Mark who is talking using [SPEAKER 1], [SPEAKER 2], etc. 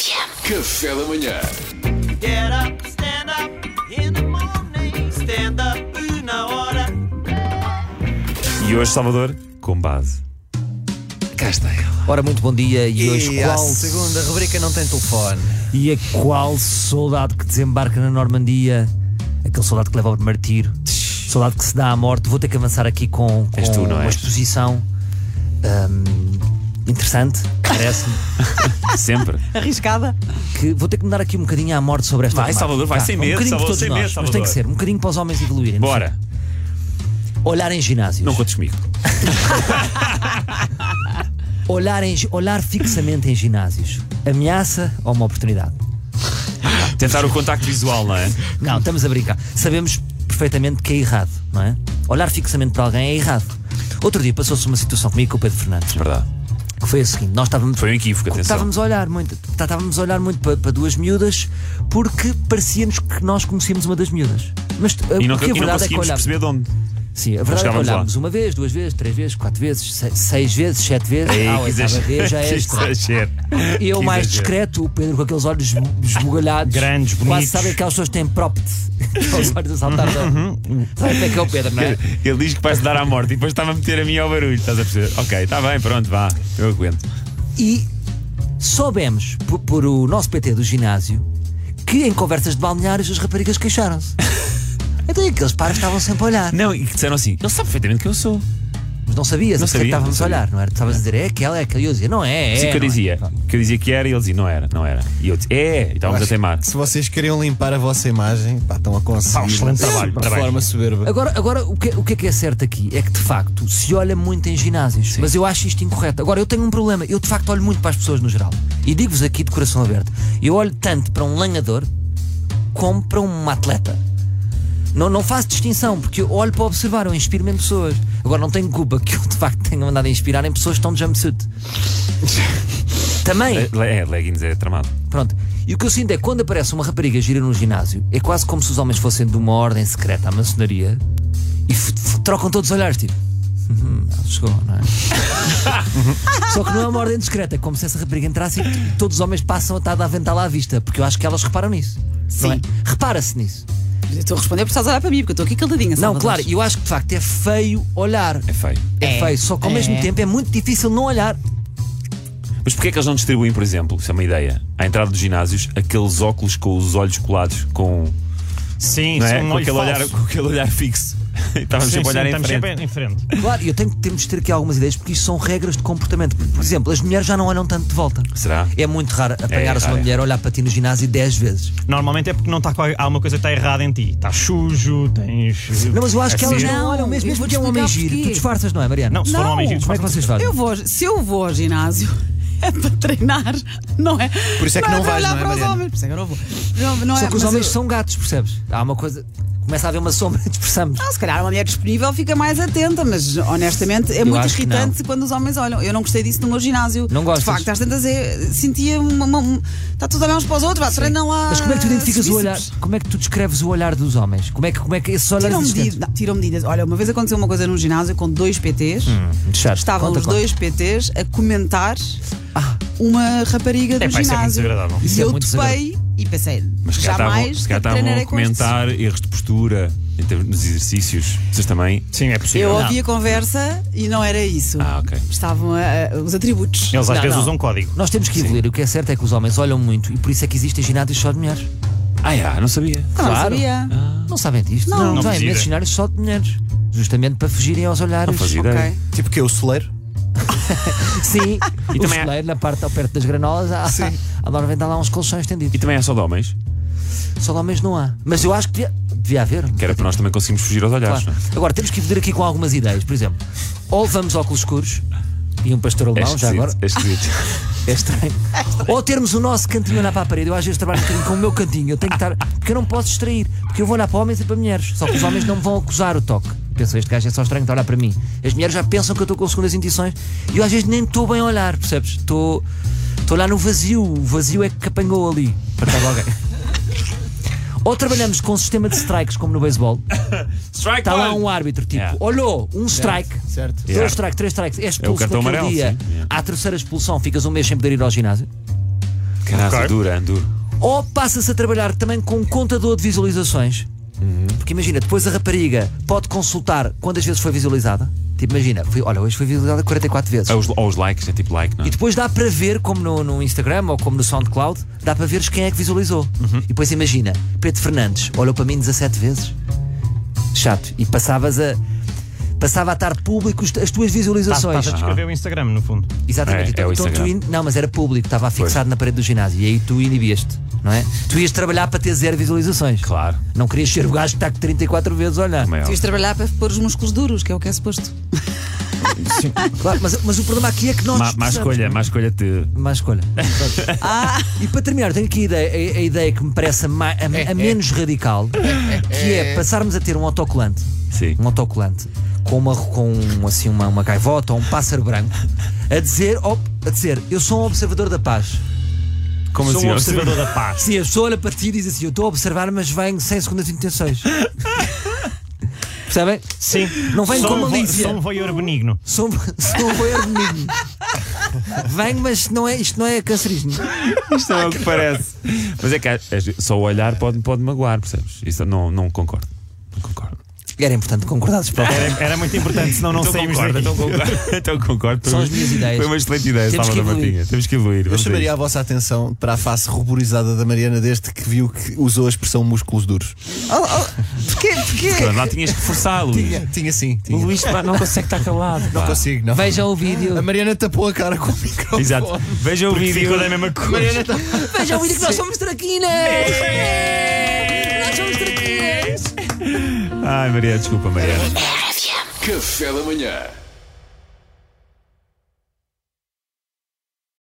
[SPEAKER 1] Café da manhã.
[SPEAKER 2] Get up, stand up in the morning. Stand up na hora.
[SPEAKER 3] E hoje, Salvador, com base.
[SPEAKER 1] Cá está ela.
[SPEAKER 4] Ora, muito bom dia e, hoje
[SPEAKER 5] à
[SPEAKER 4] qual
[SPEAKER 5] segunda rubrica não tem telefone.
[SPEAKER 4] e a qual soldado que desembarca na Normandia, aquele soldado que leva o primeiro tiro, soldado que se dá à morte, vou ter que avançar aqui com, com
[SPEAKER 3] És tu, não
[SPEAKER 4] uma
[SPEAKER 3] és?
[SPEAKER 4] exposição hum, interessante, parece-me,
[SPEAKER 3] Sempre.
[SPEAKER 6] Arriscada.
[SPEAKER 4] que vou ter que mudar aqui um bocadinho à morte sobre esta
[SPEAKER 3] Vai,
[SPEAKER 4] temática.
[SPEAKER 3] Salvador, vai
[SPEAKER 4] Tá,
[SPEAKER 3] sem
[SPEAKER 4] um
[SPEAKER 3] medo,
[SPEAKER 4] bocadinho
[SPEAKER 3] Salvador,
[SPEAKER 4] por todos
[SPEAKER 3] sem
[SPEAKER 4] nós,
[SPEAKER 3] medo,
[SPEAKER 4] Mas tem que
[SPEAKER 3] Salvador.
[SPEAKER 4] ser, um bocadinho para os homens evoluírem. no
[SPEAKER 3] Bora.
[SPEAKER 4] fundo. Olhar em ginásios.
[SPEAKER 3] Não contes comigo.
[SPEAKER 4] Olhar, em, gi- olhar fixamente em ginásios. Ameaça ou uma oportunidade?
[SPEAKER 3] Tentar o contacto visual, não é?
[SPEAKER 4] Não, estamos a brincar. Sabemos perfeitamente que é errado, não é? Olhar fixamente para alguém é errado. Outro dia passou-se uma situação comigo com o Pedro Fernandes,
[SPEAKER 3] Verdade.
[SPEAKER 4] que foi a seguinte: nós estávamos.
[SPEAKER 3] Foi um equívoco, atenção.
[SPEAKER 4] Estávamos a olhar muito, tá- estávamos a olhar muito para, para duas miúdas porque parecia-nos que nós conhecíamos uma das miúdas. Mas uh,
[SPEAKER 3] E não,
[SPEAKER 4] o que a
[SPEAKER 3] e não
[SPEAKER 4] verdade é que
[SPEAKER 3] conseguimos
[SPEAKER 4] olhámos.
[SPEAKER 3] perceber de onde.
[SPEAKER 4] Sim, a verdade é que
[SPEAKER 3] chegávamos lá.
[SPEAKER 4] olhámos uma vez, duas vezes, três vezes, quatro vezes, se- seis vezes, sete vezes.
[SPEAKER 3] Ei,
[SPEAKER 4] ah, a
[SPEAKER 3] que
[SPEAKER 4] oitava
[SPEAKER 3] exagero.
[SPEAKER 4] vez já é
[SPEAKER 3] Que
[SPEAKER 4] estranho.
[SPEAKER 3] exagero.
[SPEAKER 4] E eu
[SPEAKER 3] Que
[SPEAKER 4] mais
[SPEAKER 3] exagero.
[SPEAKER 4] discreto, o Pedro com aqueles olhos esbu- esbugalhados.
[SPEAKER 5] Grandes,
[SPEAKER 4] Quase
[SPEAKER 5] bonitos.
[SPEAKER 4] sabe aquelas pessoas que têm propte. Aqueles olhos a
[SPEAKER 3] Uhum,
[SPEAKER 4] saltar. Sabe até que é o Pedro, não é?
[SPEAKER 3] Ele diz que vai-se dar à morte e depois está-me a meter a mim ao barulho. Estás a perceber? Ok, está bem, pronto, vá. Eu aguento.
[SPEAKER 4] E soubemos, por, por o nosso PT do ginásio, que em conversas de balneários as raparigas queixaram-se. Então e aqueles pares estavam sempre a olhar.
[SPEAKER 3] Não, e que disseram assim: ele sabe perfeitamente quem eu sou.
[SPEAKER 4] Mas não
[SPEAKER 3] Não
[SPEAKER 4] sabias, não
[SPEAKER 3] sabia,
[SPEAKER 4] que estávamos
[SPEAKER 3] não sabia.
[SPEAKER 4] a olhar, não era? Tu estavas a dizer, é aquela, é aquela. E eu dizia, não é, é.
[SPEAKER 3] Assim que eu
[SPEAKER 4] não é."
[SPEAKER 3] dizia. Que eu dizia que era e ele dizia: não era, não era. E eu disse: é, e estávamos a teimar.
[SPEAKER 5] Se vocês queriam limpar a vossa imagem, pá, estão a conseguir.
[SPEAKER 3] um excelente trabalho,
[SPEAKER 5] De
[SPEAKER 3] trabalho.
[SPEAKER 5] forma soberba.
[SPEAKER 4] Agora, agora o, que, o que é que é certo aqui? É que de facto se olha muito em ginásios, mas eu acho isto incorreto. Agora, eu tenho um problema, eu de facto olho muito para as pessoas no geral. E digo-vos aqui de coração aberto: eu olho tanto para um lanhador como para uma atleta. Não, não faço distinção, porque eu olho para observar, eu inspiro-me em pessoas. Agora, não tenho culpa que eu de facto tenha andado a inspirar em pessoas que estão de jumpsuit. Também.
[SPEAKER 3] Le- É, leggings é tramado.
[SPEAKER 4] Pronto. E o que eu sinto é que quando aparece uma rapariga gira no ginásio, é quase como se os homens fossem de uma ordem secreta à maçonaria e f- f- trocam todos os olhares, tipo. "Uhum, ela Chegou, não é? Só que não é uma ordem discreta, é como se essa rapariga entrasse e t- todos os homens passam a estar de avental à vista, porque eu acho que elas reparam nisso. não é?
[SPEAKER 6] Sim.
[SPEAKER 4] Repara-se nisso.
[SPEAKER 6] Eu Estou a responder porque estás a olhar para mim, porque eu estou aqui caladinha.
[SPEAKER 4] Não, claro, eu acho que de facto é feio olhar.
[SPEAKER 3] É feio.
[SPEAKER 4] É, feio, só que ao mesmo tempo é muito difícil não olhar.
[SPEAKER 3] Mas porquê é que eles não distribuem, por exemplo, isso é uma ideia, à entrada dos ginásios, aqueles óculos com os olhos colados, com,
[SPEAKER 7] Sim,
[SPEAKER 3] não
[SPEAKER 7] são
[SPEAKER 3] é?
[SPEAKER 7] um
[SPEAKER 3] com,
[SPEAKER 7] olho
[SPEAKER 3] aquele,
[SPEAKER 7] falso.
[SPEAKER 3] olhar, com aquele olhar fixo? Estávamos sempre
[SPEAKER 7] Sim,
[SPEAKER 3] a
[SPEAKER 7] sim,
[SPEAKER 3] olhar em
[SPEAKER 7] estamos
[SPEAKER 3] frente.
[SPEAKER 7] sempre em frente.
[SPEAKER 4] Claro, e eu tenho que temos de ter aqui algumas ideias, porque isto são regras de comportamento. Por exemplo, as mulheres já não olham tanto de volta.
[SPEAKER 3] Será?
[SPEAKER 4] É muito raro apanhar-se
[SPEAKER 3] raro,
[SPEAKER 4] uma
[SPEAKER 3] é.
[SPEAKER 4] mulher a olhar para ti no ginásio 10 vezes.
[SPEAKER 7] Normalmente é porque não tá, com- há uma coisa que está errada em ti. Estás sujo, tens.
[SPEAKER 4] Não, mas eu acho que elas
[SPEAKER 6] sim.
[SPEAKER 4] não
[SPEAKER 6] Não,
[SPEAKER 4] olham mesmo.
[SPEAKER 6] eu
[SPEAKER 4] Mesmo
[SPEAKER 6] vou-te
[SPEAKER 4] que é um
[SPEAKER 6] explicar
[SPEAKER 4] homem giro,
[SPEAKER 6] porquê.
[SPEAKER 4] tu disfarças, não é, Mariana?
[SPEAKER 7] Não, se for um
[SPEAKER 6] Não.
[SPEAKER 7] homem giro,
[SPEAKER 4] Como é que vocês fazem?
[SPEAKER 6] Eu vou, se eu vou ao ginásio é para treinar, não é?
[SPEAKER 5] Por isso é que não
[SPEAKER 6] para
[SPEAKER 5] vais,
[SPEAKER 6] olhar
[SPEAKER 5] não é,
[SPEAKER 6] para os
[SPEAKER 5] Mariana?
[SPEAKER 6] homens. Por isso é que eu não vou. Não, não
[SPEAKER 4] Só
[SPEAKER 6] é,
[SPEAKER 4] que os
[SPEAKER 6] mas
[SPEAKER 4] homens
[SPEAKER 6] eu-
[SPEAKER 4] são gatos, percebes? Há uma coisa. Começa a haver uma sombra e dispersamos.
[SPEAKER 6] Ah, se calhar uma mulher disponível fica mais atenta, mas honestamente é muito
[SPEAKER 4] acho que
[SPEAKER 6] irritante quando os homens olham. Eu não gostei disso no meu ginásio.
[SPEAKER 4] Não gostas?
[SPEAKER 6] De facto, às tantas eu sentia uma. uma- um- está tudo a olhar uns para os outros, vá, treinam lá.
[SPEAKER 4] Mas como é que tu identificas o
[SPEAKER 6] Ah, bíceps.
[SPEAKER 4] olhar? Como é que tu descreves o olhar dos homens? Como é que, como é que esses olhares
[SPEAKER 6] Tiram,
[SPEAKER 4] existentes?
[SPEAKER 6] medida- não, tiram medidas. Olha, uma vez aconteceu uma coisa num ginásio com dois PTs.
[SPEAKER 4] Hum. Chato.
[SPEAKER 6] Estavam
[SPEAKER 4] Conta,
[SPEAKER 6] os
[SPEAKER 4] conta.
[SPEAKER 6] dois PTs a comentar Ah. uma rapariga do
[SPEAKER 7] É, pá, isso é muito
[SPEAKER 6] ginásio.
[SPEAKER 7] desagradável.
[SPEAKER 4] Isso
[SPEAKER 6] e
[SPEAKER 4] é
[SPEAKER 6] eu
[SPEAKER 4] muito
[SPEAKER 6] topei e pensei,
[SPEAKER 3] Mas se calhar estavam-
[SPEAKER 6] jamais
[SPEAKER 3] se calhar estavam
[SPEAKER 6] treinarei
[SPEAKER 3] a
[SPEAKER 6] com estes.
[SPEAKER 3] comentar erros de postura em termos nos exercícios. Vocês também?
[SPEAKER 7] Sim, é
[SPEAKER 6] Eu
[SPEAKER 7] possível.
[SPEAKER 6] ouvi a conversa e não era isso.
[SPEAKER 3] Ah, ok.
[SPEAKER 6] Estavam a- a- os atributos.
[SPEAKER 7] Eles às
[SPEAKER 4] Não,
[SPEAKER 7] vezes
[SPEAKER 4] não.
[SPEAKER 7] usam código.
[SPEAKER 4] Nós temos que evoluir. O que é certo é que os homens olham muito e por isso é que existem ginásios só de mulheres.
[SPEAKER 3] Ah, é, não sabia.
[SPEAKER 6] Ah, não sabia.
[SPEAKER 4] Não sabem disto.
[SPEAKER 6] Não.
[SPEAKER 7] Não
[SPEAKER 4] vêm
[SPEAKER 7] fazia
[SPEAKER 4] imensos
[SPEAKER 7] ideia.
[SPEAKER 4] ginásios só de mulheres. Justamente para fugirem aos olhares.
[SPEAKER 3] Não fazia
[SPEAKER 6] Ok.
[SPEAKER 3] ideia.
[SPEAKER 5] Tipo que eu, o soleiro?
[SPEAKER 4] Sim, e o
[SPEAKER 3] também é- há-
[SPEAKER 4] celeiro, na parte ao perto das granolas, há, agora vem dar lá uns colchões
[SPEAKER 3] E
[SPEAKER 4] estendidos.
[SPEAKER 3] também é só de homens,
[SPEAKER 4] Só lá mesmo não há. Mas eu acho que devia, devia haver.
[SPEAKER 3] que era para nós também conseguirmos fugir aos olhares.
[SPEAKER 4] Claro.
[SPEAKER 3] não é?
[SPEAKER 4] Agora, temos que vir aqui com algumas ideias. Por exemplo, ou vamos óculos escuros e um pastor
[SPEAKER 3] É
[SPEAKER 4] alemão, já
[SPEAKER 3] esquisito,
[SPEAKER 4] agora.
[SPEAKER 3] é esquisito.
[SPEAKER 4] É estranho. Ou termos o nosso cantinho a olhar para a parede. Eu às vezes trabalho um bocadinho com o meu cantinho. Eu tenho que estar. Porque eu não posso distrair. Porque eu vou olhar para homens e para mulheres. Só que os homens não me vão acusar o toque. Pensam, este gajo é só estranho de olhar para mim. As mulheres já pensam que eu estou com segundas intuições. E eu às vezes nem estou bem a olhar, percebes? Estou. Estou lá no vazio. O vazio é que apanhou ali. Para estar com alguém. Ou trabalhamos com um sistema de strikes, como no beisebol.
[SPEAKER 3] Strike
[SPEAKER 6] Tá
[SPEAKER 4] Está lá
[SPEAKER 3] one.
[SPEAKER 4] um árbitro, tipo,
[SPEAKER 3] Yeah.
[SPEAKER 4] olhou, um strike,
[SPEAKER 5] Certo.
[SPEAKER 4] dois
[SPEAKER 3] Yeah.
[SPEAKER 4] strikes, três strikes, é expulso
[SPEAKER 3] cartão
[SPEAKER 4] naquele
[SPEAKER 3] amarelo,
[SPEAKER 4] dia.
[SPEAKER 3] sim. Yeah.
[SPEAKER 4] À terceira expulsão, ficas um mês sem poder ir ao ginásio.
[SPEAKER 3] Caraca,
[SPEAKER 7] Ok.
[SPEAKER 3] dura, duro.
[SPEAKER 4] Ou passa-se a trabalhar também com um contador de visualizações. Porque imagina, depois a rapariga pode consultar quantas vezes foi visualizada. Tipo, imagina, fui, olha, hoje foi visualizada 44 vezes.
[SPEAKER 3] Ou os, ou os likes, é tipo like, não é?
[SPEAKER 4] E depois dá para ver, como no, no Instagram ou como no SoundCloud, dá para veres quem é que visualizou.
[SPEAKER 3] Uhum.
[SPEAKER 4] E depois imagina, Pedro Fernandes olhou para mim 17 vezes. Chato. E passavas a. Passava a estar público os- as tuas visualizações.
[SPEAKER 7] Estás a descrever o Instagram, no fundo.
[SPEAKER 4] Exatamente.
[SPEAKER 3] É,
[SPEAKER 4] então,
[SPEAKER 3] é o
[SPEAKER 4] então tu
[SPEAKER 3] Instagram.
[SPEAKER 4] in- Não, mas era público, estava fixado na parede do ginásio. E aí tu inibiste, não é? Tu ias trabalhar para ter zero visualizações.
[SPEAKER 3] Claro. é
[SPEAKER 4] Não querias ser o gajo que está 34 vezes a olhar.
[SPEAKER 3] Maior.
[SPEAKER 6] Tu ias trabalhar para pôr os músculos duros, que é o que é suposto.
[SPEAKER 4] Claro, mas, mas o problema aqui é que nós.
[SPEAKER 3] Má, má
[SPEAKER 4] precisamos-
[SPEAKER 3] escolha, má escolha de.
[SPEAKER 4] Má escolha. Pronto. E para terminar, tenho aqui a ideia, a, a ideia que me parece a, ma-
[SPEAKER 7] É,
[SPEAKER 4] a- a menos radical, que é passarmos a ter um autocolante.
[SPEAKER 3] Sim.
[SPEAKER 4] Um autocolante com uma, com assim, uma, uma gaivota ou um pássaro branco a dizer, op- a dizer, eu sou um observador da paz.
[SPEAKER 3] Como
[SPEAKER 7] Sou
[SPEAKER 3] assim?
[SPEAKER 7] um observador da paz.
[SPEAKER 4] Sim, a pessoa olha para ti e diz assim: Eu estou a observar, mas venho sem segundas intenções. Percebem?
[SPEAKER 7] Sim.
[SPEAKER 4] Não vem
[SPEAKER 7] Sou
[SPEAKER 4] com
[SPEAKER 7] um vo-
[SPEAKER 4] malícia.
[SPEAKER 7] Sou um voyeur benigno.
[SPEAKER 4] Sou, sou um voyeur benigno. Venho, mas não é, isto não é cancerígeno.
[SPEAKER 3] Isto não é o que parece. Mas é que às- às vezes só o olhar pode, pode magoar, percebes? Isso eu não, não concordo. Não concordo.
[SPEAKER 4] Era importante concordados para
[SPEAKER 7] Era, era muito importante, senão não
[SPEAKER 3] então
[SPEAKER 7] saímos
[SPEAKER 3] concordo,
[SPEAKER 7] daqui.
[SPEAKER 3] então concordo. então concordo.
[SPEAKER 4] São
[SPEAKER 3] Foi-
[SPEAKER 4] as minhas ideias.
[SPEAKER 3] Foi uma excelente ideia,
[SPEAKER 4] Temos
[SPEAKER 3] Salvador
[SPEAKER 4] que evoluir.
[SPEAKER 3] Martinha. Temos que evoluir.
[SPEAKER 5] Eu
[SPEAKER 3] vamos a
[SPEAKER 5] chamaria
[SPEAKER 3] isto.
[SPEAKER 5] a vossa atenção para a face ruborizada da Mariana desde que viu que usou a expressão músculos duros.
[SPEAKER 6] Porquê? Porquê?
[SPEAKER 3] Lá tinhas que forçá-lo.
[SPEAKER 5] Tinha, tinha sim.
[SPEAKER 3] O
[SPEAKER 5] Tinha.
[SPEAKER 3] Luís pá, não consegue estar calado.
[SPEAKER 5] Não
[SPEAKER 3] pá.
[SPEAKER 5] consigo, não.
[SPEAKER 4] Vejam o vídeo.
[SPEAKER 5] A Mariana tapou a cara com o microfone.
[SPEAKER 3] Exato. Veja o vídeo.
[SPEAKER 7] Ficou da mesma coisa.
[SPEAKER 4] Vejam o vídeo que nós somos traquinas! Nós somos traquinas!
[SPEAKER 3] Ai, Maria, desculpa, Maria.
[SPEAKER 1] Café da Manhã